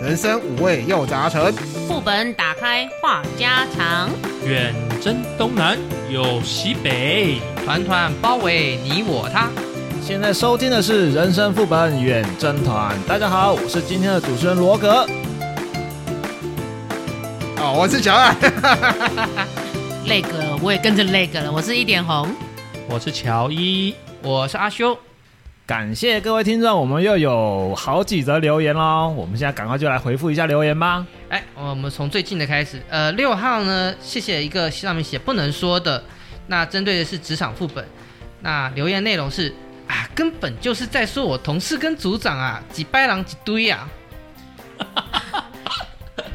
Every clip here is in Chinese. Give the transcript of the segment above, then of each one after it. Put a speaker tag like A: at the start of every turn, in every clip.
A: 人生五味又杂陈。
B: 副本打开话家常，
C: 远征东南有西北，
D: 团团包围你我他。
E: 现在收听的是《人生副本远征团》，大家好，我是今天的主持人罗格。
A: 哦，我是小爱，
B: 累个了，我也跟着累个了。我是一点红，
C: 我是乔伊，
D: 我是阿修，
E: 感谢各位听众，我们又有好几则留言喽，我们现在赶快就来回复一下留言吧。
D: 哎，我们从最近的开始，呃，六号呢，谢谢一个上面写不能说的，那针对的是职场副本，那留言内容是啊，根本就是在说我同事跟组长啊，几掰狼几堆啊，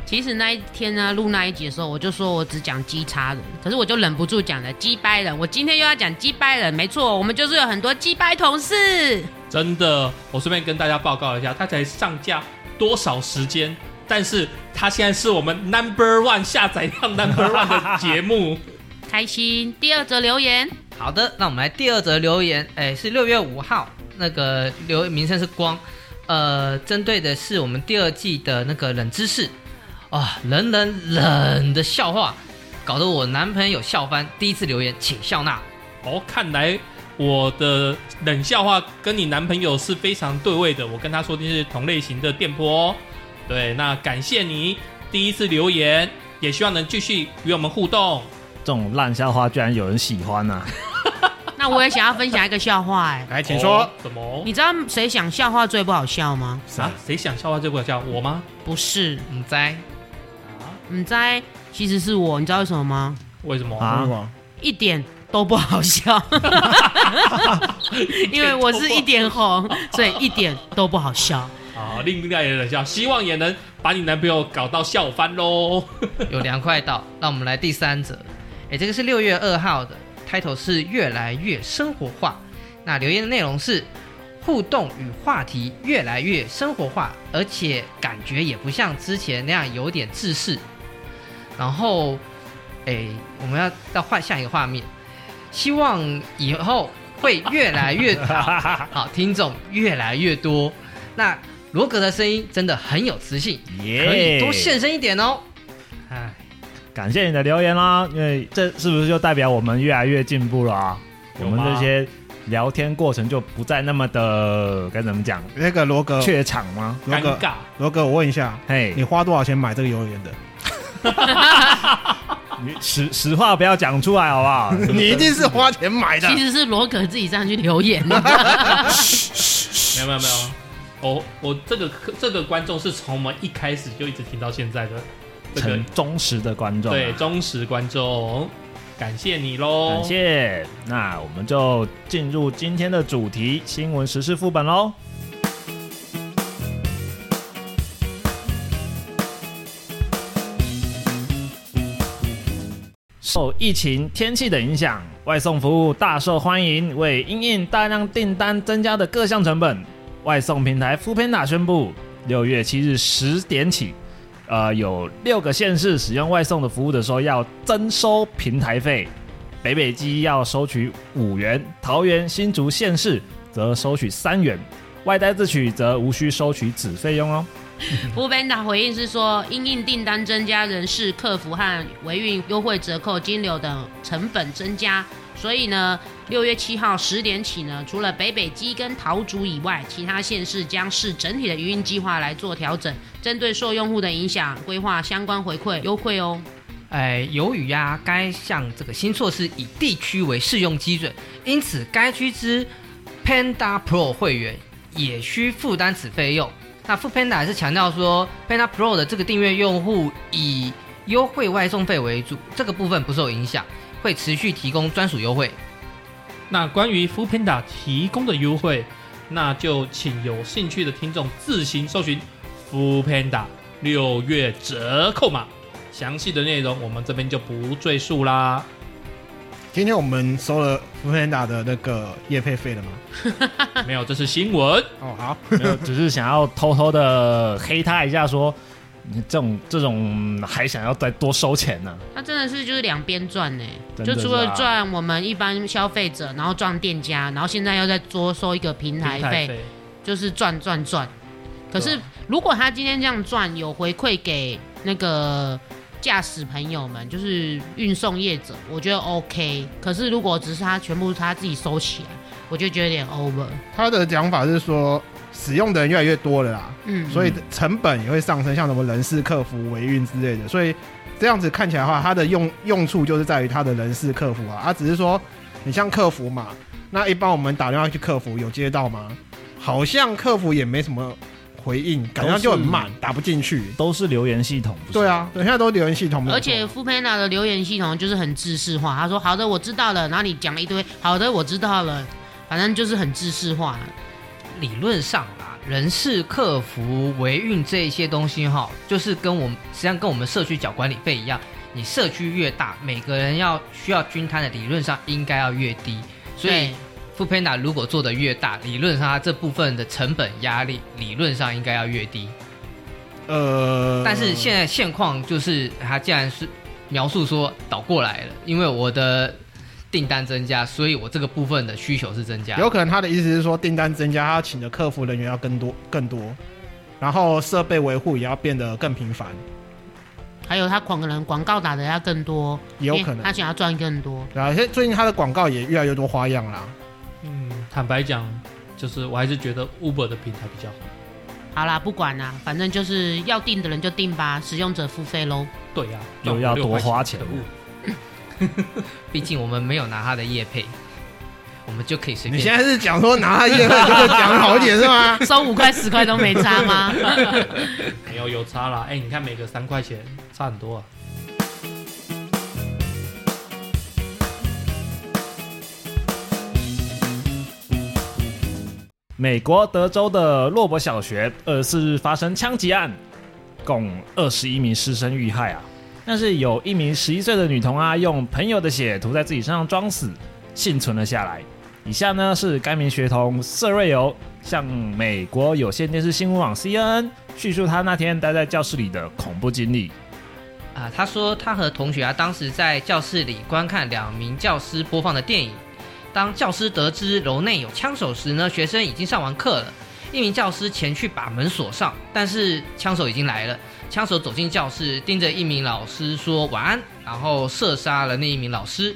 B: 其实那一天呢，录那一集的时候，我就说我只讲鸡叉人，可是我就忍不住讲了鸡掰人。我今天又要讲鸡掰人，没错，我们就是有很多鸡掰同事。
C: 真的，我顺便跟大家报告一下，它才上架多少时间，但是它现在是我们 number one 下载量 number one 的 节目。
B: 开心。第二则留言，
D: 好的，那我们来第二则留言，哎，是六月五号，那个留言名称是光，呃，针对的是我们第二季的那个冷知识，啊、冷冷冷的笑话，搞得我男朋友笑翻。第一次留言，请笑纳。
C: 哦，看来我的冷笑话跟你男朋友是非常对位的，我跟他说的是同类型的电波、哦。对，那感谢你第一次留言，也希望能继续与我们互动。
E: 这种烂笑话居然有人喜欢啊呐、
B: 那我也想要分享一个笑话哎、
A: 来，请说
C: 哦。怎么
B: 你知道谁想笑话最不好笑吗？
C: 啊？谁想笑话最不好笑？我吗？
B: 不是，
D: 嗯，在
B: 你猜，其实是我，你知道为什么吗？
C: 为什么？
E: 啊
A: 为什么
B: 一点都不好笑，因为我是一点红，所以一点都不好笑。
C: 啊，另外也冷笑，希望也能把你男朋友搞到笑翻喽。
D: 有凉快到，那我们来第三则，哎，这个是六月二号的，开头是越来越生活化，那留言的内容是互动与话题越来越生活化，而且感觉也不像之前那样有点自私。然后，哎，我们要到换下一个画面，希望以后会越来越好，好听众越来越多。那罗格的声音真的很有磁性，
E: 耶
D: 可以多现身一点哦。哎。
E: 啊感谢你的留言啦，因为这是不是就代表我们越来越进步了啊？我
C: 有
E: 们
C: 吗
E: 这些聊天过程就不再那么的该怎么讲
A: 那个罗哥，
E: 怯场吗？
A: 罗
C: 尴
A: 哥，
C: 尬，
A: 罗哥，我问一下，
E: 嘿，
A: 你花多少钱买这个游乐 园的？
E: 你实实话不要讲出来好不好？
A: 你一定是花钱买的
B: 其。实是罗可自己上去留言的，
C: 没有没有没有，我我这个客这个观众是从我们一开始就一直听到现在的，这个
E: 很忠实的观众啊、
C: 对忠实观众，感谢你喽，
E: 感谢。那我们就进入今天的主题新闻时事副本喽。受疫情、天气的影响，外送服务大受欢迎。为因应大量订单增加的各项成本，外送平台 f o o p a n d a 宣布，六月七日十点起，呃，有六个县市使用外送的服务的时候要增收平台费，北北基要收取五元，桃园、新竹县市则收取三元，外带自取则无需收取子费用哦。
B: 福本达回应是说，因应订单增加、人事、客服和维运优惠折扣金流等成本增加，所以呢，六月七号十点起呢，除了北北基跟桃竹以外，其他县市将视整体的营运计划来做调整，针对受用户的影响，规划相关回馈优惠哦。
D: 哎，由于呀、该项这个新措施以地区为适用基准，因此该区之 Panda Pro 会员也需负担此费用。那副 Panda 还是强调说，Panda Pro 的这个订阅用户以优惠外送费为主，这个部分不受影响，会持续提供专属优惠。
C: 那关于 f o o Panda 提供的优惠，那就请有兴趣的听众自行搜寻 f o o Panda 六月折扣码，详细的内容我们这边就不赘述啦。
A: 今天我们收了福佩达的那个业配费了吗？
C: 没有，这是新闻。
A: 哦，好，
E: 没有，只是想要偷偷的黑他一下说。你这种这种还想要再多收钱呢、
B: 那真的是就是两边赚呢，欸
E: 真
B: 就
E: 的
B: 除
E: 是
B: 了
E: 啊
B: 赚我们一般消费者，然后赚店家，然后现在又再多收一个平台费，就是赚赚赚。可
E: 啊
B: 是如果他今天这样赚，有回馈给那个驾驶朋友们，就是运送业者，我觉得 OK。可是如果只是他全部他自己收起来，我就觉得有点 over。
A: 他的讲法是说，使用的人越来越多了啦，
B: 嗯，
A: 所以成本也会上升，像什么人事、客服、维运之类的。所以这样子看起来的话，它的用用处就是在于它的人事、客服啊。啊，只是说你像客服嘛，那一般我们打电话去客服有接到吗？好像客服也没什么回应，感觉就很慢，打不进去。
E: 都是留言系统，不是
A: 对，啊，对，现在都留言系
E: 嗯
A: 统没有
B: 而且
D: 啊
A: 错
B: 富佩娜的留言系统就是很制式化，他说好的我知道了，然后你讲了一堆好的我知道了，反正就是很制式化。
D: 理论上啊，人事、客服、维运这一些东西哈，就是跟我们实际上跟我们社区缴管理费一样，你社区越大，每个人要需要均摊的理论上应该要越低，所以
B: 对。
D: 富佩达如果做的越大，理论上它这部分的成本压力理论上应该要越低。
A: 呃，
D: 但是现在现况就是，它竟然是描述说倒过来了，因为我的订单增加，所以我这个部分的需求是增加。
A: 有可能他的意思是说，订单增加，他要请的客服人员要更多更多，然后设备维护也要变得更频繁，
B: 还有他广可能广告打的要更多，
A: 也有可
B: 因为
A: 能
B: 他。想要赚更多。
A: 对啊，现在最近他的广告也越来越多花样啦。
C: 嗯，坦白讲，就是我还是觉得 Uber 的平台比较好。
B: 好啦，不管啦，反正就是要订的人就订吧，使用者付费喽。
C: 对啊呀、
E: 又要多花钱
C: 可恶
D: 毕竟我们没有拿他的业配，我们就可以随
A: 你
D: 便。
A: 现在是讲说拿他业配就讲好一点是吗？
B: 收五块十块都没差吗？
C: 没有有差啦。哎、你看每个三块钱差很多啊。
E: 美国德州的洛伯小学二十四日发生枪击案，共二十一名师生遇害啊。但是有一名十一岁的女童啊，用朋友的血涂在自己身上装死，幸存了下来。以下呢是该名学童瑟瑞尤向美国有线电视新闻网 CNN 叙述他那天待在教室里的恐怖经历。
D: 啊，他说他和同学啊，当时在教室里观看两名教师播放的电影。当教师得知楼内有枪手时呢，学生已经上完课了。一名教师前去把门锁上，但是枪手已经来了。枪手走进教室，盯着一名老师说晚安，然后射杀了那一名老师。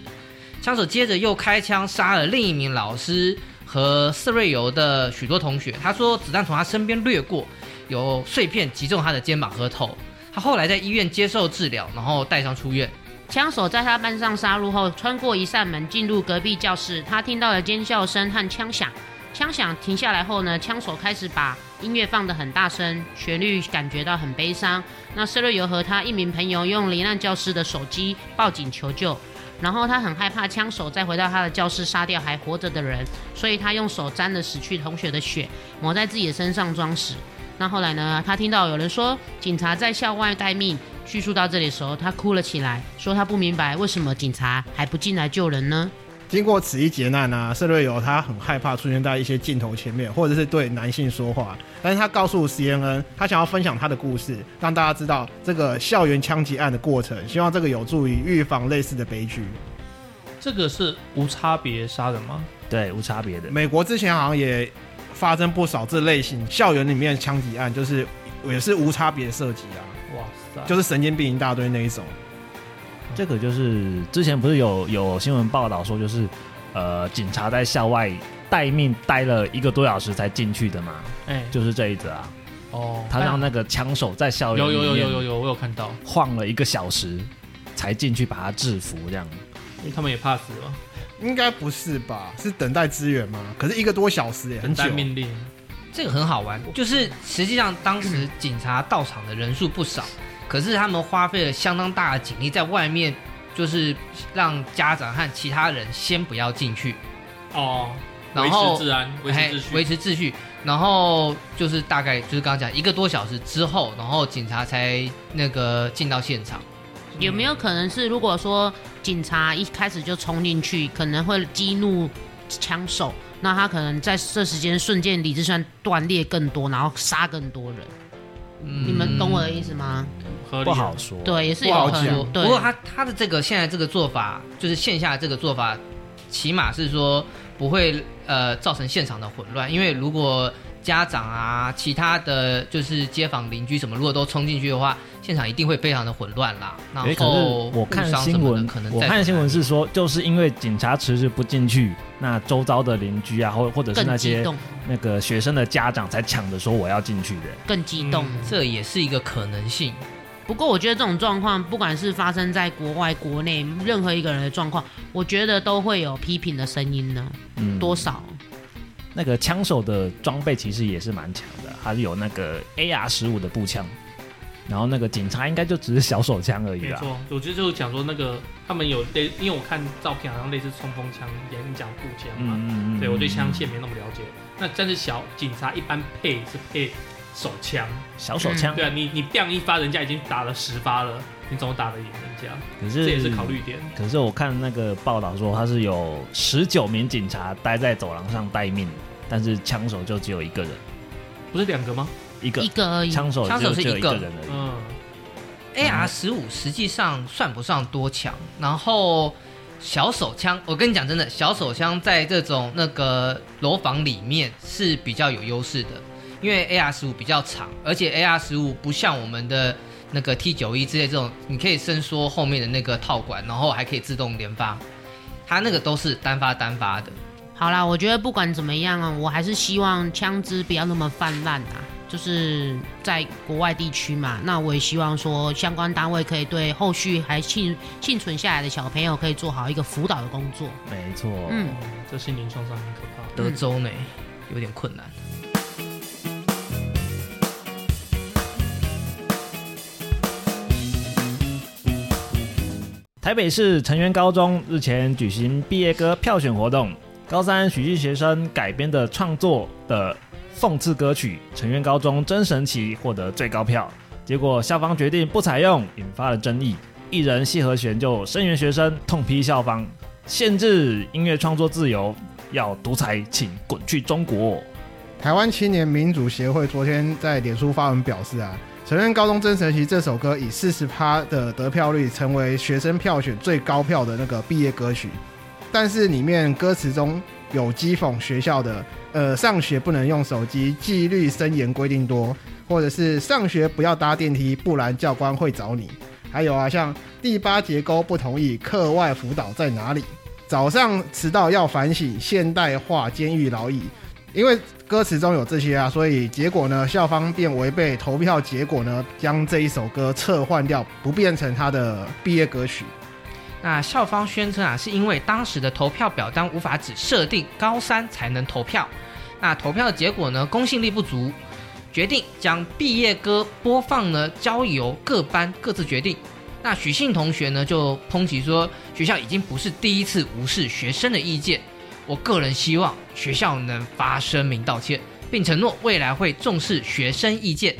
D: 枪手接着又开枪杀了另一名老师和四瑞游的许多同学。他说子弹从他身边掠过，有碎片击中他的肩膀和头。他后来在医院接受治疗，然后带伤出院。
B: 枪手在他班上杀入后，穿过一扇门进入隔壁教室，他听到了尖叫声和枪响。枪响停下来后呢，枪手开始把音乐放得很大声，旋律感觉到很悲伤。那瑟瑞尤和他一名朋友用罹难教师的手机报警求救，然后他很害怕枪手再回到他的教室杀掉还活着的人，所以他用手沾了死去同学的血，抹在自己的身上装死。那后来呢？他听到有人说警察在校外待命。叙述到这里的时候，他哭了起来，说他不明白为什么警察还不进来救人呢？
A: 经过此一劫难啊，瑟瑞友他很害怕出现在一些镜头前面，或者是对男性说话。但是他告诉 CNN，他想要分享他的故事，让大家知道这个校园枪击案的过程，希望这个有助于预防类似的悲剧。
C: 这个是无差别杀人吗？
E: 对，无差别的。
A: 美国之前好像也发生不少这类型校园里面的枪击案，就是也是无差别射击啊，
C: 哇塞，
A: 就是神经病一大堆那一种。
E: 这个就是之前不是有有新闻报道说，就是呃，警察在校外待命待了一个多小时才进去的嘛，
C: 哎、
E: 就是这一则啊。
C: 哦，
E: 他让那个枪手在校园
C: 有
E: 里
C: 有有有有
E: 面
C: 有，我有看到，
E: 晃了一个小时，才进去把他制服，这样
C: 因为他们也怕死嘛，
A: 应该不是吧？是等待支援吗？可是一个多小时也很
C: 等
A: 久哦
C: 待。命令。
D: 这个很好玩，
C: 哦
D: 就是实际上当时警察到场的人数不少，可是他们花费了相当大的警力在外面，就是让家长和其他人先不要进去，
C: 哦，
D: 然
C: 维
D: 后
C: 持治安，维持
D: 哎
C: 秩序，
D: 维持秩序。然后就是大概就是刚刚讲一个多小时之后，然后警察才那个进到现场。
C: 嗯
B: 有没有可能是，如果说警察一开始就冲进去，可能会激怒枪手，那他可能在这时间瞬间理智上断裂更多，然后杀更多人。
D: 嗯
B: 你们懂我的意思吗？
C: 合理
E: 不
C: 啊
E: 好说。，
B: 对，也是
A: 不
B: 有
A: 好
B: 可
A: 讲
B: 能。对
D: 不，过他他的这个现在这个做法，就是线下这个做法，起码是说不会呃造成现场的混乱，因为如果家长啊，其他的就是街坊邻居什么，如果都冲进去的话，现场一定会非常的混乱啦。然
E: 诶可是
D: 后
E: 我看
D: 误伤什
E: 新
D: 么的
E: 闻
D: 可，能
E: 我
D: 在
E: 看新闻是说，就是因为警察迟迟不进去，那周遭的邻居啊，或或者是
B: 更
E: 那
B: 激
E: 些
B: 动，
E: 那个学生的家长才抢着说我要进去的。
B: 更激动。
C: 嗯
D: 这也是一个可能性。
B: 不过我觉得这种状况，不管是发生在国外、国内，任何一个人的状况，我觉得都会有批评的声音呢。
E: 嗯，
B: 多少？
E: 那个枪手的装备其实也是蛮强的，他是有那个 AR 十五的步枪，然后那个警察应该就只是小手枪而已
C: 没
E: 啦。
C: 错，我觉得就是讲说那个他们有类，因为我看照片好像类似冲锋枪、演讲步枪啊嘛，
E: 嗯
C: 对我对枪械没那么了解。那但是小警察一般配是配手枪，
E: 小手枪，
C: 对啊，你你 bang 一发，人家已经打了十发了，你怎么打得赢人家？
E: 可是
C: 这也是考虑点。
E: 可是我看那个报道说，他是有十九名警察待在走廊上待命，但是枪手就只有一个人，
C: 不是两个吗？
E: 一个
B: 一个而已。
E: 枪手
D: 枪
E: 只有
D: 手
E: 只
D: 是
E: 有
D: 一
E: 个
D: 个
E: 人而已。
C: 嗯，
D: AR 十五实际上算不上多强，然后小手枪，我跟你讲真的，小手枪在这种那个楼房里面是比较有优势的，因为 AR 十五比较长，而且 AR 十五不像我们的那个 T 九一之类这种，你可以伸缩后面的那个套管，然后还可以自动连发，它那个都是单发单发的。
B: 好啦，我觉得不管怎么样啊，我还是希望枪支不要那么泛滥啊。就是在国外地区嘛，那我也希望说相关单位可以对后续还幸幸存下来的小朋友可以做好一个辅导的工作。
E: 没错，
B: 嗯，
C: 哦这心灵创伤很可怕。
D: 德州呢，有点困难。
E: 台北市成员高中日前举行毕业歌票选活动，高三喜剧学生改编的创作的讽刺歌曲《成员高中真神奇》获得最高票，结果校方决定不采用，引发了争议。艺人谢和弦就声援学生，痛批校方限制音乐创作自由，要独裁，请滚去中国。
A: 台湾青年民主协会昨天在脸书发文表示啊，承认《高中真神奇》这首歌以四十趴的得票率成为学生票选最高票的那个毕业歌曲，但是里面歌词中有讥讽学校的呃上学不能用手机，纪律森严规定多，或者是上学不要搭电梯，不然教官会找你。还有啊，像第八结构不同意课外辅导在哪里？早上迟到要反省，现代化监狱劳役。因为歌词中有这些啊，所以结果呢，校方便违背投票结果呢，将这一首歌撤换掉，不变成他的毕业歌曲。
D: 那校方宣称啊，是因为当时的投票表单无法只设定高三才能投票，那投票结果呢公信力不足，决定将毕业歌播放呢交由各班各自决定。那许信同学呢就抨击说，学校已经不是第一次无视学生的意见，我个人希望学校能发声明道歉，并承诺未来会重视学生意见，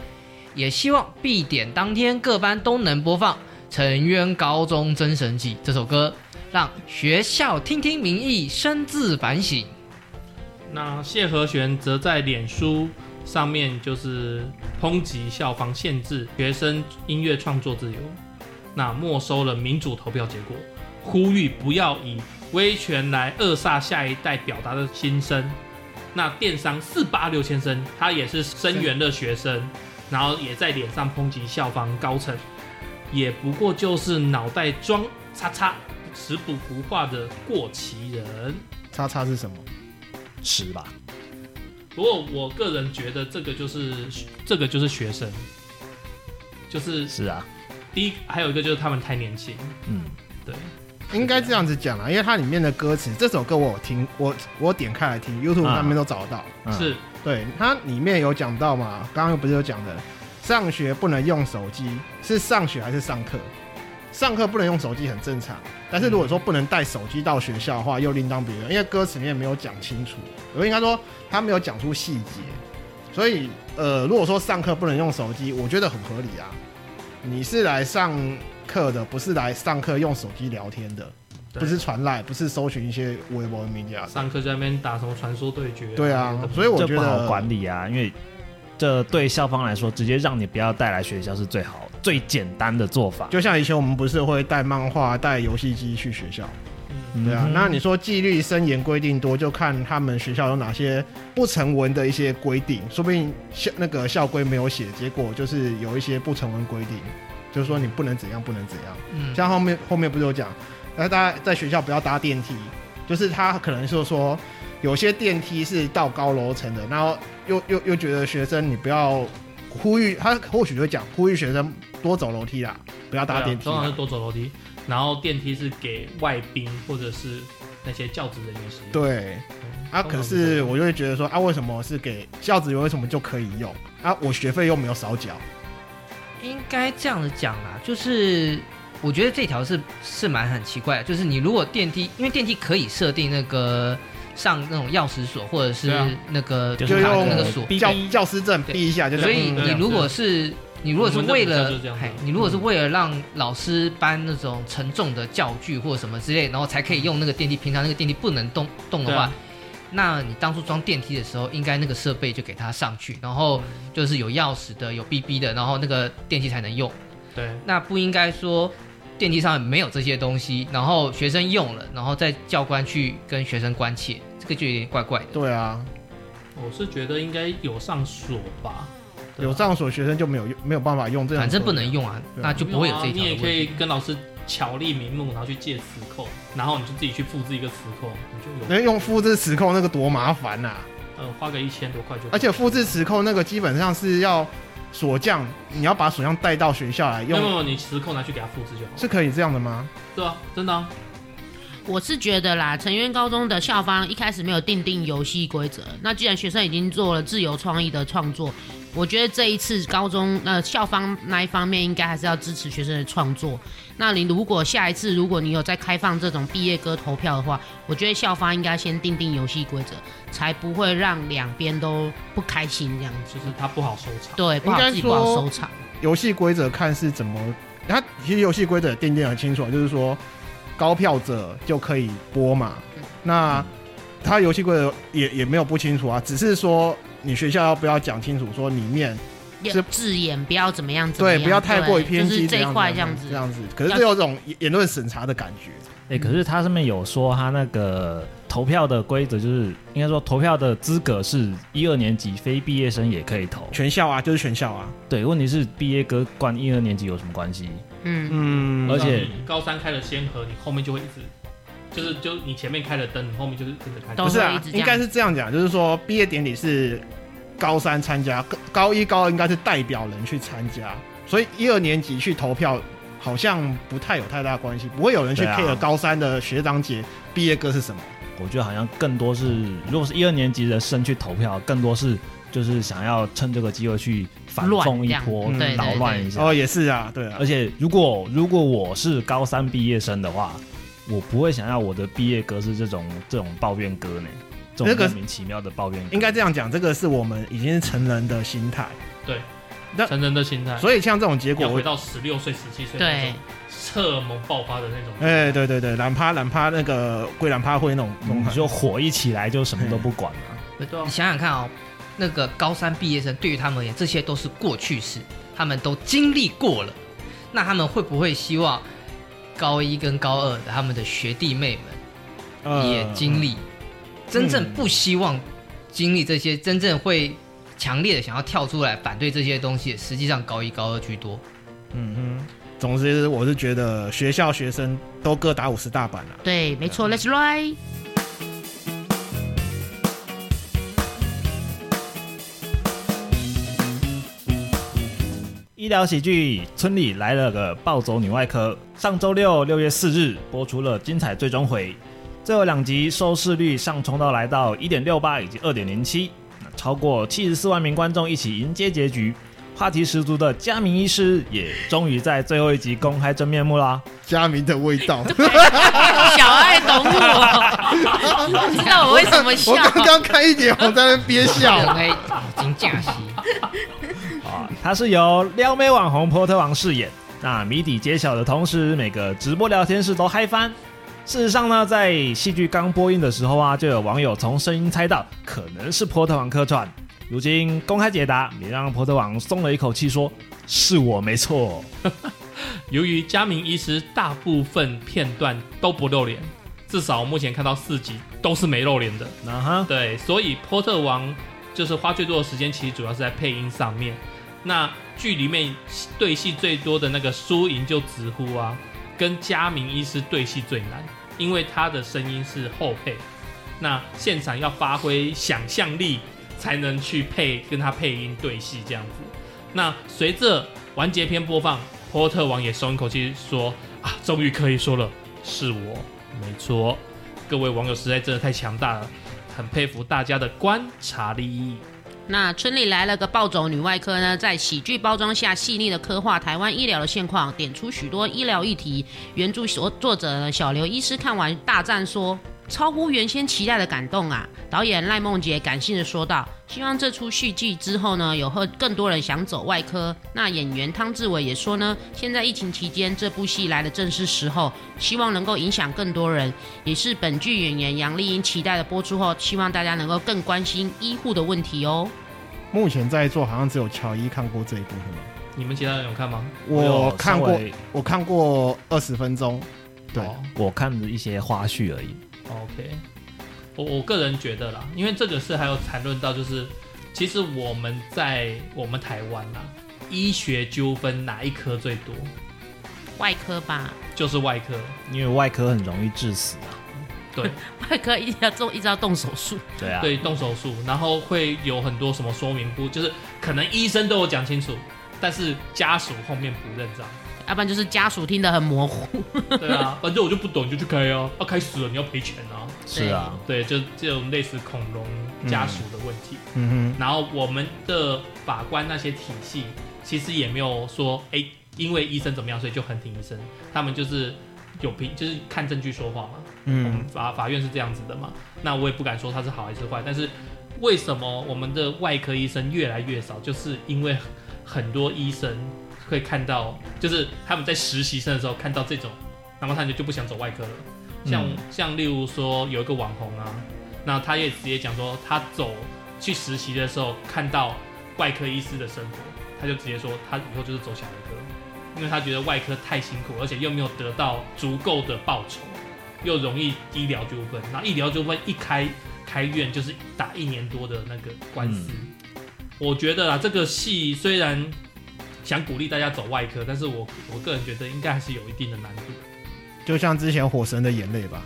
D: 也希望必点当天各班都能播放《沉冤高中真神记》这首歌，让学校听听民意，深自反省。
C: 那谢和弦则在脸书上面就是抨击校方限制学生音乐创作自由，那没收了民主投票结果，呼吁不要以威权来扼杀下一代表达的心声。那电商四八六先生，他也是生源的学生，然后也在脸上抨击校方高层，也不过就是脑袋装叉叉，食不不化的过其人。
A: 叉叉是什么？
E: 是吧？
C: 不过我个人觉得这个就是学这个就是学生，就是
E: 是啊，
C: 第一，还有一个就是他们太年轻，
E: 嗯，
C: 对，
A: 应该这样子讲啊啦，因为它里面的歌词，这首歌我有听，我我点开来听，YouTube
E: 啊
A: 上面都找得到。
E: 嗯
C: 是
A: 对，它里面有讲到嘛，刚刚不是有讲的，上学不能用手机，是上学还是上课？上课不能用手机很正常，但是如果说不能带手机到学校的话，又另当别论，因为歌词里面没有讲清楚，我应该说他没有讲出细节，所以呃，如果说上课不能用手机，我觉得很合理啊。你是来上课的，不是来上课用手机聊天的，
C: 对
A: 不是传赖，不是搜寻一些微博名家的。
C: 上课在那边打什么传说对决，
A: 对啊
C: 什么的
A: 所以我
E: 这
A: 觉
E: 不好
A: 得
E: 管理啊，因为这对校方来说，直接让你不要带来学校是最好、最简单的做法。
A: 就像以前我们不是会带漫画、带游戏机去学校，对啊
E: 嗯，哼
A: 那你说纪律森严规定多，就看他们学校有哪些不成文的一些规定，说不定校那个校规没有写，结果就是有一些不成文规定，就是说你不能怎样，不能怎样。
D: 嗯，
A: 像后面后面不是有讲，那呃大家在学校不要搭电梯，就是他可能就说有些电梯是到高楼层的，然后又又又觉得学生你不要呼吁他，或许就会讲呼吁学生多走楼梯啦，不要搭
C: 对啊
A: 电梯
C: 通常
A: 啦
C: 是。多走楼梯，然后电梯是给外宾或者是那些教职人员使用。
A: 对，
C: 嗯
A: 啊，
C: 通常
A: 可是我就会觉得说啊，为什么是给教职员为什么就可以用啊？我学费又没有少缴，
D: 应该这样子讲啦，就是我觉得这条是是蛮很奇怪的，就是你如果电梯，因为电梯可以设定那个上那种钥匙锁或者是
C: 对啊
D: 那个
E: 就
A: 就是
D: 卡的
A: 用
D: 那个锁，
E: 逼
A: 教教师证
D: 对
A: 逼一下就
D: 所以
A: 嗯
C: 对啊
D: 你如果是你如果是为
C: 我们的比赛就
D: 了
C: 是这样子啊
D: 嘿，你如果是为了让老师搬那种沉重的教具或什么之类，然后才可以用那个电梯，平常那个电梯不能动动的
C: 嗯对
D: 话，
C: 啊
D: 那你当初装电梯的时候，应该那个设备就给它上去，然
C: 嗯
D: 后就是有钥匙的、有 BB 的，然后那个电梯才能用。
C: 对，
D: 那不应该说电梯上没有这些东西，然后学生用了，然后再教官去跟学生关切，这个就有点怪怪的。
A: 对啊，
C: 我是觉得应该有上锁吧，对啊吧
A: 有上所学生就没有用没有办法用这样，
D: 反正不能。用啊，
A: 对啊
D: 那就不会有这一条
C: 你
D: 的
C: 也
D: 问
C: 可以
D: 题。
C: 跟老师巧立名目，然后去借磁扣，然后你就自己去复制一个磁扣，你就有
A: 那用复制磁扣那个多麻烦啊呐、
C: 呃花个一千多块就可以。
A: 而且复制磁扣那个基本上是要锁匠，你要把锁匠带到学校来
C: 没有没
A: 用，
C: 有，你磁扣拿去给他复制就好了。
A: 是可以这样的吗？
C: 对啊，真的啊，
B: 我是觉得啦，成渊高中的校方一开始没有定定游戏规则，那既然学生已经做了自由创意的创作，我觉得这一次高中呃校方那一方面应该还是要支持学生的创作。那你如果下一次如果你有再开放这种毕业歌投票的话，我觉得校方应该先定定游戏规则，才不会让两边都不开心这样子。
C: 就是他不好收场。
B: 对，不好自己不好收场。
A: 游戏规则看是怎么，它其实游戏规则定定得很清楚，就是说高票者就可以播嘛。
B: 嗯
A: 那它游戏规则也也没有不清楚啊，只是说你学校要不要讲清楚，说里面是
B: 字眼不要怎么样怎么
A: 对
B: 样，
A: 不要太过于
B: 对
A: 偏
B: 就是
A: 激，
B: 这一块这样
A: 这
B: 子。
A: 样子。可是这有种言言论审查的感觉，
E: 哎、可是它上面有说，它那个投票的规则就是，应该说投票的资格是一二年级非毕业生也可以投。
A: 全校啊，就是全校啊，
E: 对，问题是毕业歌关一二年级有什么关系？
B: 嗯，
A: 嗯
E: 而且
C: 你高三开了先河，你后面就会一直，就是就你前面开了灯，你后面就是跟着开灯
B: 都
A: 不。是
B: 会一
A: 啊
B: 直，这样
A: 应该是这样讲，就是说毕业典礼是高三参加，高高一、高二应该是代表人去参加，所以一二年级去投票好像不太有太大关系，不会有人去
E: 对啊
A: care 高三的学长姐毕业歌是什么。
E: 我觉得好像更多是，如果是一二年级的生去投票，更多是就是想要趁这个机会去反
B: 乱
E: 动一
B: 这样
E: 波
A: 嗯对，对
E: 捣乱一下。
A: 哦，也是啊，对啊
E: 而，且如果如果我是高三毕业生的话，我不会想要我的毕业歌是这种这种抱怨歌呢，这
A: 那
E: 种
A: 个
E: 莫名其妙的抱怨歌。
A: 应该这样讲，这个是我们已经是成人的心态，那
C: 成人的心态，
A: 所以像这种结果，
C: 啊要回
A: 我
C: 到十六岁、十七岁那
B: 对
C: 种，荷尔蒙爆发的那种。
A: 哎、对对对，懒趴懒趴那个归懒趴会那种那种
E: 你
A: 感觉
E: 说火一起来就什么都不管了、
C: 对啊
D: 你想想看哦，那个高三毕业生对于他们而言，这些都是过去式，他们都经历过了。那他们会不会希望高一跟高二的他们的学弟妹 们？
A: 呃
D: 也经历，真正不希望经历这些，真正会强烈的想要跳出来反对这些东西，实际上高一高二居多。
A: 嗯哼，总之我是觉得学校学生都各打五十大板了、啊
B: 对，没错，Let's ride。
E: 医疗喜剧《村里来了个暴走女外科》，上周六六月四日播出了精彩最终回，最后两集收视率上冲到来到一点六八以及二点零七，那超过七十四万名观众一起迎接结局。话题十足的佳明医师也终于在最后一集公开真面目啦！
A: 佳明的味 道。
B: 小爱懂我，你知道我为什么笑
A: 我？刚刚看一点红在那边憋
D: 人
A: 笑，
D: 黑金假期，
E: 啊，他是由撩妹网红波特王饰演。那谜底揭晓的同时，每个直播聊天室都嗨翻。事实上呢，在戏剧刚播映的时候啊，就有网友从声音猜到可能是波特王客串。如今公开解答，也让波特王松了一口气说是我没错。
C: 由于佳明医师大部分片段都不露脸，至少我目前看到四集都是没露脸的。
E: 那哈，
C: 对，所以波特王就是花最多的时间，其实主要是在配音上面。那剧里面对戏最多的那个输赢就直呼啊，跟佳明医师对戏最难，因为他的声音是后配，那现场要发挥想象力才能去配跟他配音对戏这样子。那随着完结篇播放，波特王也松一口气说啊，终于可以说了，是我，没错。各位网友实在真的太强大了，很佩服大家的观察力。
B: 那村里来了个暴走女外科呢，在喜剧包装下细腻的刻画台湾医疗的现况，点出许多医疗议题。原著所作者呢小刘医师看完大赞说，超乎原先期待的感动啊！导演赖梦杰感性的说道，希望这出续剧之后呢，有和更多人想走外科。那演员汤志伟也说呢，现在疫情期间，这部戏来的正是时候，希望能够影响更多人。也是本剧演员杨丽英期待的播出后，希望大家能够更关心医护的问题哦。
A: 目前在座好像只有乔伊看过这一部，是吗？
C: 你们其他人有看吗？
A: 我看
E: 稍
A: 过，
E: 微
A: 我看过二十分钟。对
C: 哦
E: 我看了一些花絮而已。
C: OK，我我个人觉得啦，因为这个是还有谈论到，就是其实我们在我们台湾啦、医学纠纷哪一科最多？
B: 外科吧，
C: 就是外科。
E: 因为外科很容易致死啊。
C: 对
B: 外科一定要做，一直要动手术。
E: 对啊，
C: 对，动手术，然后会有很多什么说明不，就是可能医生都有讲清楚，但是家属后面不认账。
B: 要不然就是家属听得很模糊。
C: 对啊，反正我就不懂，你就去开啊，啊开死了你要赔钱啊。
E: 是啊，
C: 对，就这种类似恐龙家属的问题。
A: 嗯
C: 然后我们的法官那些体系其实也没有说，哎，因为医生怎么样，所以就很挺医生。他们就是有凭，就是看证据说话嘛。
A: 哼，
C: 我
A: 嗯
C: 们法法院是这样子的嘛。那我也不敢说它是好还是坏，但是为什么我们的外科医生越来越少，就是因为很多医生会看到，就是他们在实习生的时候看到这种，然后他们就不想走外科了。像、
E: 嗯
C: 像例如说有一个网红啊，那他也直接讲说，他走去实习的时候看到外科医师的生活，他就直接说他以后就是走小儿科。因为他觉得外科太辛苦，而且又没有得到足够的报酬，又容易医疗纠纷。然后医疗纠纷一开开院就是打一年多的那个官司。
A: 嗯
C: 我觉得啊，这个戏虽然想鼓励大家走外科，但是我我个人觉得应该还是有一定的难度。
A: 就像之前《火神的眼泪》吧，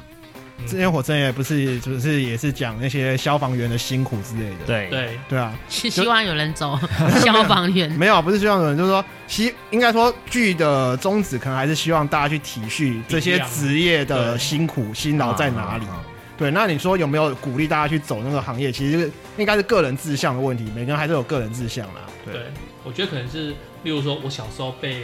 C: 嗯
A: 之前《火神》也不是，不是也是讲那些消防员的辛苦之类的。
E: 对
C: 对，
A: 对啊，
B: 希希望有人 走消防员。
A: 没有，啊不是希望有人，就是说希应该说剧的宗旨可能还是希望大家去体恤这些职业的
C: 对
A: 辛苦辛劳在哪里。
E: 啊啊
A: 对，那你说有没有鼓励大家去走那个行业？其实应该是个人志向的问题，每个人还是有个人志向啦。对，
C: 对，我觉得可能是，例如说我小时候被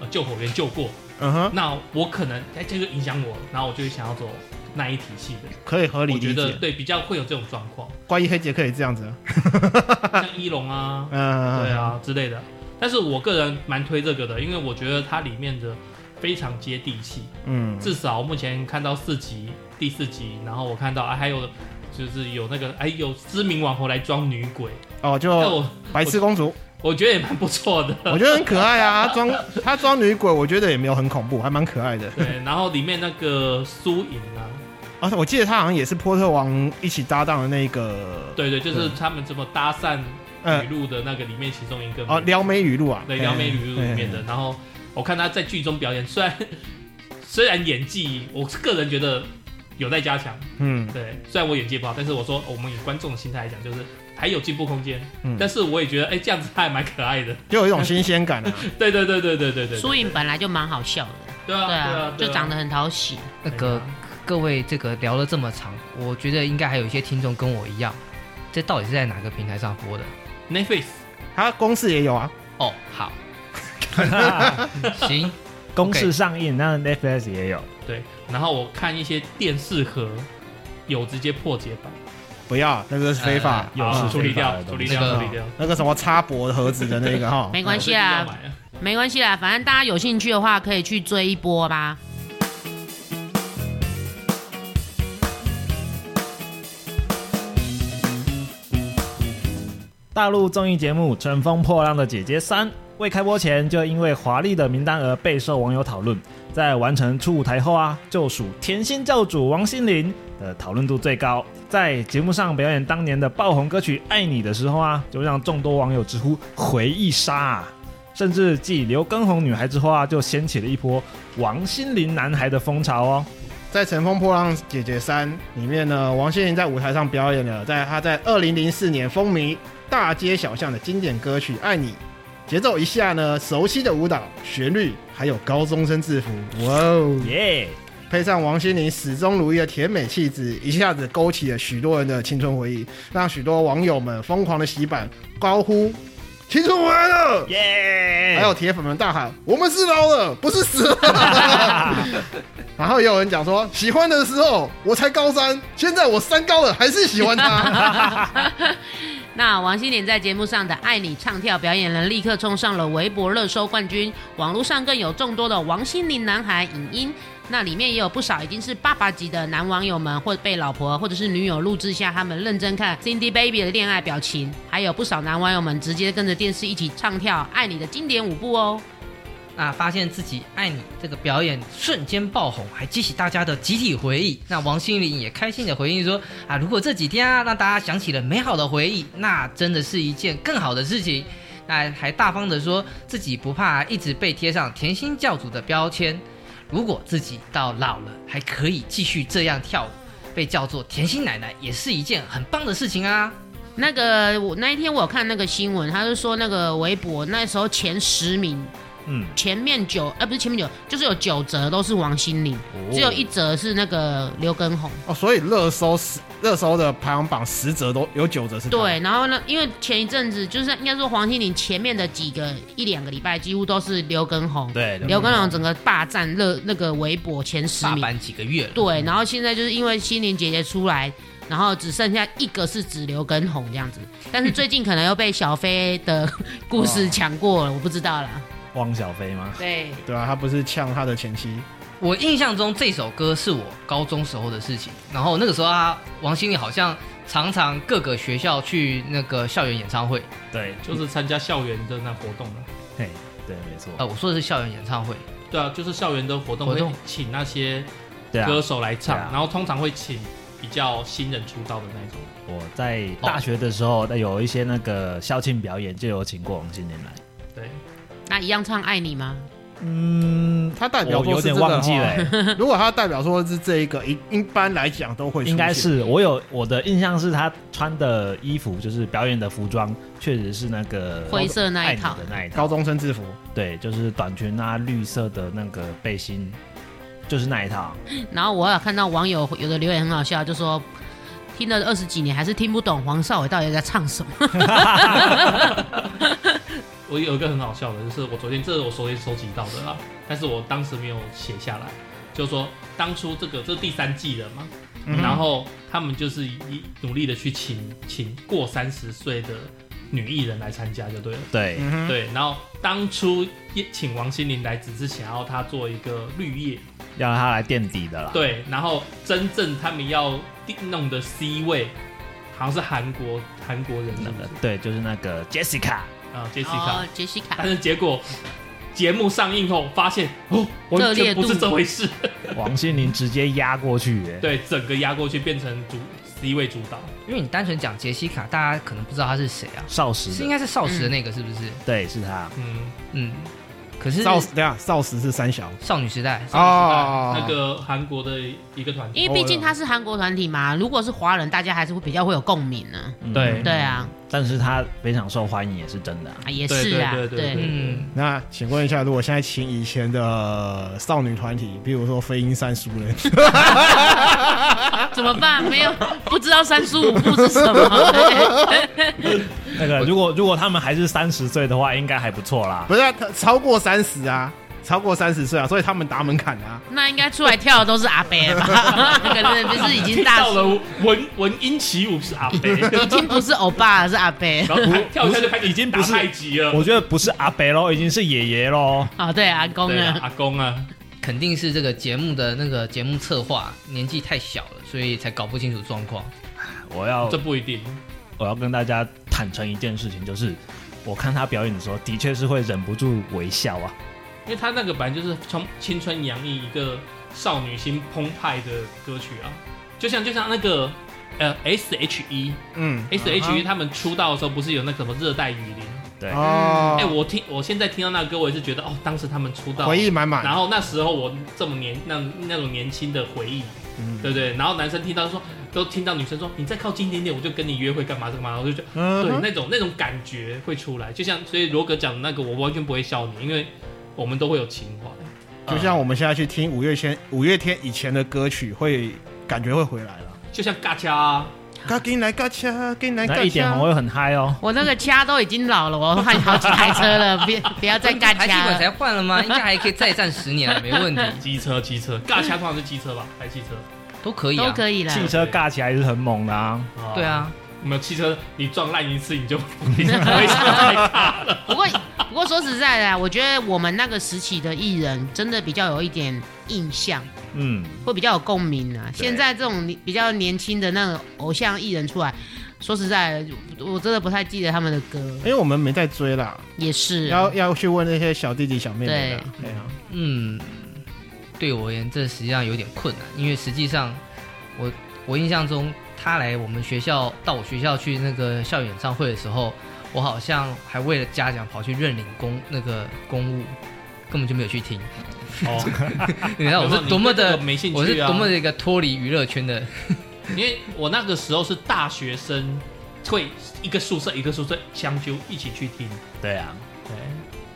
C: 呃救火员救过，
A: 嗯哼，
C: 那我可能哎这个影响我，然后我就想要走那一体系的。
A: 可以合理
C: 我觉
A: 理
C: 得
A: 解。
C: 对比较会有这种状况，
A: 怪医黑杰克也这样子啊，
C: 像一龙啊，
A: 嗯，
C: 对，啊之类的。但是我个人蛮推这个的，因为我觉得它里面的非常接地气，
A: 嗯，
C: 至少目前看到四集，第四集，然后我看到啊还有就是有那个哎有知名网红来装女鬼，
A: 哦，
C: 那、
A: 就
C: 我
A: 白痴公主，
C: 我觉得也蛮不错的。
A: 我觉得很可爱啊，她装她装女鬼，我觉得也没有很恐怖，还蛮可爱的。
C: 对，然后里面那个苏颖啊，
A: 而且我记得她好像也是波特王一起搭档的那个，
C: 对对，
A: 嗯
C: 就是他们怎么搭讪
A: 呃
C: 语，录的那个里面其中一个
A: 哦，嗯
C: 嘛
A: 撩妹语录啊，
C: 对《撩妹
A: 嘿
C: 语录》里面的。，然后我看他在剧中表演，虽然 虽然演技，我个人觉得有待加强。
A: 嗯
C: 对，虽然我演技不好，但是我说我们以观众的心态来讲，就是还有进步空间。
A: 嗯
C: 但是我也觉得，哎、这样子他还蛮可爱的。
A: 就有一种新鲜感啊。
C: 对对对对对对对，
B: 苏颖本来就蛮好笑的，
C: 对啊
B: 对
C: 对
B: 啊，
C: 对
B: 就长得很讨喜。
D: 那个各位这个聊了这么长，我觉得应该还有一些听众跟我一样，这到底是在哪个平台上播的？
C: Netflix
A: 她公式也有啊，
D: 哦，好，行，
E: 公式上映，那 Netflix 也有。
C: 对，然后我看一些电视盒有直接破解版，
A: 不要那个是非法哦
D: 呃，
E: 有
C: 好
E: 是
C: 处理
E: 非法
C: 掉
E: 的，
C: 处理
D: 东
C: 掉，
D: 西
C: 哎处理掉。
A: 那个什么插脖盒子的那个哈，
B: 没关系
C: 啊
B: 啦，，没关系啦，反正大家有兴趣的话，可以去追一波吧。
E: 大陆综艺节目《乘风破浪的姐姐三》未开播前就因为华丽的名单而备受网友讨论，在完成初舞台后啊，就属甜心教主王心凌的讨论度最高。在节目上表演当年的爆红歌曲《爱你》的时候啊，就让众多网友直呼“回忆杀、啊”。甚至继刘畊宏女孩之后啊，就掀起了一波王心凌男孩的风 潮哦。
A: 在《乘风破浪姐姐三》里面呢，王心凌在舞台上表演了在她在二零零四年风靡大街小巷的经典歌曲《爱你》，节奏一下呢，熟悉的舞蹈、旋律，还有高中生制服，哇哦！
E: 耶、
A: 配上王心凌始终如一的甜美气质，一下子勾起了许多人的青春回忆，让许多网友们疯狂的洗版，高呼 “青春回来了”，
E: 耶！
C: 哎
A: 还有铁粉们大喊：“我们是老了，不是死了。” 然后也有人讲说，喜欢的时候我才高三，现在我三高了，还是喜欢他。
B: 那王心凌在节目上的《爱你》唱跳表演呢，立刻冲上了微博热搜冠军，网络上更有众多的王心凌男孩影音。那里面也有不少已经是爸爸级的男网友们，或被老婆或者是女友录制下他们认真看 Cindy Baby 的恋爱表情，还有不少男网友们直接跟着电视一起唱跳《爱你》的经典舞步哦。
D: 那发现自己爱你这个表演瞬间爆红，还激起大家的集体回忆。那王心凌也开心的回应说：“啊，如果这几天啊让大家想起了美好的回忆，那真的是一件更好的事情。”那还大方的说自己不怕一直被贴上甜心教主的标签，如果自己到老了还可以继续这样跳舞，被叫做甜心奶奶也是一件很棒的事情啊。
B: 那个我那一天我有看那个新闻，他是说那个微博那时候前十名
E: 嗯，
B: 前面九，呃，不是前面九，就是有九折都是王心凌，只有一折是那个刘畊宏。
A: 哦，所以热搜十热搜的排行榜十折都有九折是他
B: 对，，然后呢，因为前一阵子就是应该说黄心凌前面的几个一两个礼拜，几乎都是刘畊宏，
E: 对刘
B: 刘畊宏整个霸占热那个微博前十
D: 大
B: 名。
D: 班几个月了，
B: 对，然后现在就是因为心凌姐姐出来，然后只剩下一个是指刘畊宏这样子，但是最近可能又被小飞的故事抢过了，我不知道啦。
E: 汪小菲吗？
B: 对，
A: 对啊，他不是呛他的前妻，
D: 我印象中这首歌是我高中时候的事情，然后那个时候啊，王心凌好像常常各个学校去那个校园演唱会，
E: 对，
C: 就是参加校园的那活动了。
E: 嘿，对，没错，
D: 呃，我说的是校园演唱会，
C: 对啊，就是校园的活动
D: 活
C: 会
D: 动
C: 请那些
E: 对啊，
C: 歌手来唱，
E: 对啊
C: 然后通常会请比较新人出道的那种。
E: 我在大学的时候，那有一些那个校庆表演，就有请过王心凌来。
C: 对，
B: 那一样唱爱你吗？
E: 嗯，
A: 他代表
E: 我
A: 作
E: 有
A: 是这
E: 点
A: 个
E: 忘
A: 的
E: 记了、欸
A: 话。如果他代表作是这一个，一一般来讲都会出
E: 应该
A: 现
E: 是我有我的印象是他穿的衣服，就是表演的服装，确实是那个
B: 灰色那一套
E: 爱你的那一套，
A: 高中生制服。
E: 对，就是短裙啊，绿色的那个背心，就是那一套。
B: 然后我有看到网友有的留言很好笑，就说听了二十几年还是听不懂黄少伟到底在唱 什么。
C: 我有一个很好笑的，就是我昨天这是我昨天收集到的啦，但是我当时没有写下来，就是说当初这个这第三季了嘛，
A: 嗯哼
C: 然后他们就是一努力的去请请过三十岁的女艺人来参加就对了。
E: 对，
A: 嗯哼，
C: 对，然后当初也请王心凌来，只是想要她做一个绿叶，
E: 要让他来垫底的啦。，
C: 对，然后真正他们要定弄的 C 位，好像是韩国韩国人
E: 那
C: 那
A: 嗯
E: 个
C: 个
E: 对，就是那个 Jessica。
C: 啊 Jessica，、
B: 哦，杰西卡
C: 但，是结果节目上映后发现哦，
B: 热
C: 完
B: 烈
C: 全
B: 度
C: 不是这回事，
E: 王心凌直接压过去、欸耶
C: 对，整个压过去变成主 C 位主导，
D: 因为你单纯讲杰西卡，大家可能不知道她是谁啊，
E: 少时
D: 是
E: 的
D: 应该是少时的那个是不是？
E: 对，是他。
C: 嗯，
D: 嗯，可是
A: 少等一下少时是三小
D: 少女时代，
A: 哦
C: 啊那个韩国的一个团体，
B: 因为毕竟他是韩国团体嘛，如果是华人，大家还是会比较会有共鸣呢、
E: 嗯
C: 对
B: 对啊，
E: 但是他非常受欢迎，也是真的啊、
B: 啊也是啊，
C: 对对对对
D: 嗯，
A: 那请问一下，如果现在请以前的呃少女团体，比如说飞鹰三叔人，
B: 怎么办？没有不知道三十五步是什么、
E: 那个如果如果他们还是三十岁的话，应该还不错啦。
A: 不是、啊、他超过三十啊，超过三十岁啊，所以他们达门槛啊。
B: 那应该出来跳的都是阿伯了吧？ 那个是不是已经
C: 听
B: 大
C: 到了文文英起舞是阿贝，
B: 已经不是欧巴了，是阿 伯。
C: 然后跳一下就开始
E: 已经不
C: 打
E: 是
C: 太极了，
E: 我觉得不是阿北喽，已经是爷爷喽。
B: 哦，对，阿公
C: 对啊
B: 呢？
C: 阿公啊，
D: 肯定是这个节目的那个节目策划年纪太小了，所以才搞不清楚状况。
E: 我要
C: 这不一定。
E: 我要跟大家坦诚一件事情，就是我看他表演的时候，的确是会忍不住微笑啊。
C: 因为他那个版就是从青春洋溢一个少女心澎湃的歌曲啊，就像就像那个呃 S H E
A: 嗯，
C: S H E 他们出道的时候不是有那个什么热带雨林？
E: 对
A: 哦
C: 哎、，我听我现在听到那个歌，我也是觉得哦，当时他们出道，
A: 回忆满满，
C: 然后那时候我这么年那那种年轻的回忆，
A: 嗯
C: 对不对？然后男生听到说，都听到女生说你再靠近一点点，我就跟你约会干嘛干嘛，我就觉得
A: 嗯
C: 对
A: 哼，
C: 那种那种感觉会出来。就像所以罗格讲的那个，我完全不会笑你，因为我们都会有情怀。
A: 就像我们现在去听五月天五月天以前的歌曲，会感觉会回来了。
C: 就像嘎cha，啊，
A: 嘎进来嘎恰，进来
E: 那
A: 嘎
E: 一点
A: 恰
E: 红，会很嗨哦。
B: 我那个掐都已经老了，我换好几台车了，别不要再干
D: 还记
B: 掐
D: 本才
B: 了。
D: 换了吗？应该还可以再战十年，啊没 问题，
C: 机车机车，嘎掐通常是机车吧，还是汽车？
D: 都可以
B: 都
D: 啊。
B: 可以啦。
E: 汽车尬起来是很猛的啊，
D: 对，啊，
C: 没有汽车你撞烂一次你 就 你就不会上来卡了。
B: 不过不过说实在的啊，我觉得我们那个时期的艺人真的比较有一点印象，
E: 嗯，
B: 会比较有共鸣啊。
E: 对
B: 现在这种比较年轻的那种偶像艺人出来，说实在的，我真的不太记得他们的歌，
A: 因为我们没在追啦，
B: 也是
A: 要要去问那些小弟弟小妹妹啦。对啊，
D: 嗯，对我而言，这实际上有点困难，因为实际上我我印象中，他来我们学校到我学校去那个校园演唱会的时候，我好像还为了嘉奖跑去认领公那个公务，根本就没有去听。
C: 哦，
D: 你知哎道我是多么
C: 有时候你对这
D: 的
C: 个没兴趣啊
D: 我是多么的一个脱离娱乐圈的，
C: 因为我那个时候是大学生，会一个宿舍一个宿舍相揪一起去听。
E: 对啊，
C: 对，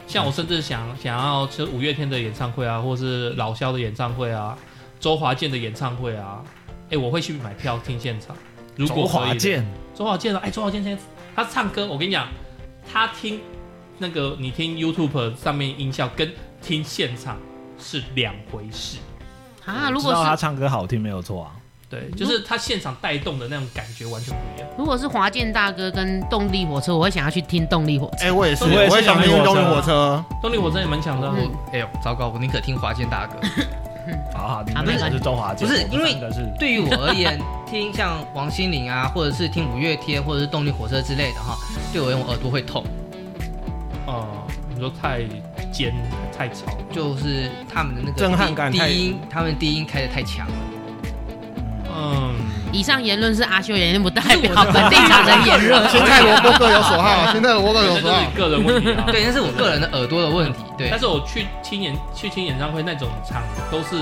C: 像我甚至想想要吃五月天的演唱会啊，或是老萧的演唱会啊，周华健的演唱会啊，哎、我会去买票听现场。如果
E: 周华
C: 可以的
E: 健，
C: 周华健啊，哎，周华健现在他唱歌，我跟你讲，他听那个你听 YouTube 上面音效跟听现场是两回事。
B: 啊。
E: 我
B: 如
E: 知
B: 果
E: 道他
B: 是
E: 唱歌好听没有错啊，
C: 对，就是他现场带动的那种感觉完全不一样。
B: 如果是华健大哥跟动力火车，我会想要去听动力火车。
A: 哎，我也是，
E: 我也是
A: 我也想
E: 想
A: 听
E: 听
A: 动力火
E: 火
A: 车。
C: 动力火车也蛮强的啊、
B: 嗯
D: 哎呦，糟糕！我宁可听华健大哥。
E: 好好，你
B: 啊
E: 们
B: 没
E: 两个
B: 关
E: 是周华健，
D: 不是
E: 我们
D: 因为
E: 三个是
D: 对于我而言，听像王心凌啊，或者是听五月天，或者是动力火车之类的哈，对我而言，我耳朵会痛。
C: 哦、你说太尖太吵，
D: 就是他们的那个
A: 震撼
D: 低
A: 感太
D: 低音，他们低音开的太强了。
C: 嗯，
B: 以上言论是阿修言论，不代表本地场人言论。
A: 现在萝卜各有所好，现在萝卜各有
C: 这
A: 所
C: 就
A: 好
C: 是。个人问题啊。
D: 对，那是我个人的耳朵的问 题。对
C: 但，是我去听演去听演唱会那种场都是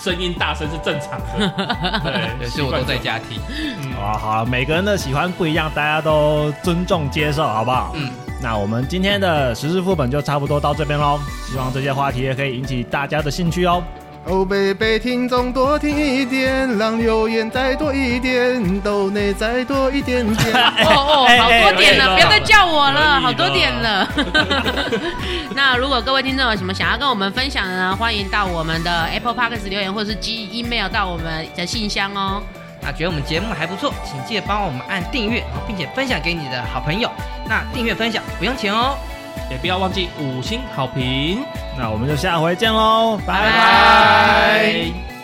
C: 声音大声是正常 的，对，
D: 对，所以我都在家听。
C: 嗯。
E: 好啊好啊，每个人的喜欢不一样，大家都尊重接受，好不好？
D: 嗯，
E: 那我们今天的时事副本就差不多到这边喽，希望这些话题也可以引起大家的兴趣哦。
A: 哦，贝贝，听众多听一点，让留言再多一点，豆内再多一点点。
B: 哦哦，
E: 哎
B: 好
E: 哎
B: 多点了，
E: 可以了
B: 不要再叫我
C: 可
B: 了，
C: 以了
B: 好多点了。那如果各位听众有什么想要跟我们分享的呢，欢迎到我们的 Apple Podcast 留言，或是寄 email 到我们的信箱哦。
D: 那觉得我们节目还不错，请记得帮我们按订阅，然后并且分享给你的好朋友。那订阅分享不用钱哦。
C: 也不要忘记五星好评，
E: 那我们就下回见喽，拜
B: 拜
E: 拜。
B: 拜。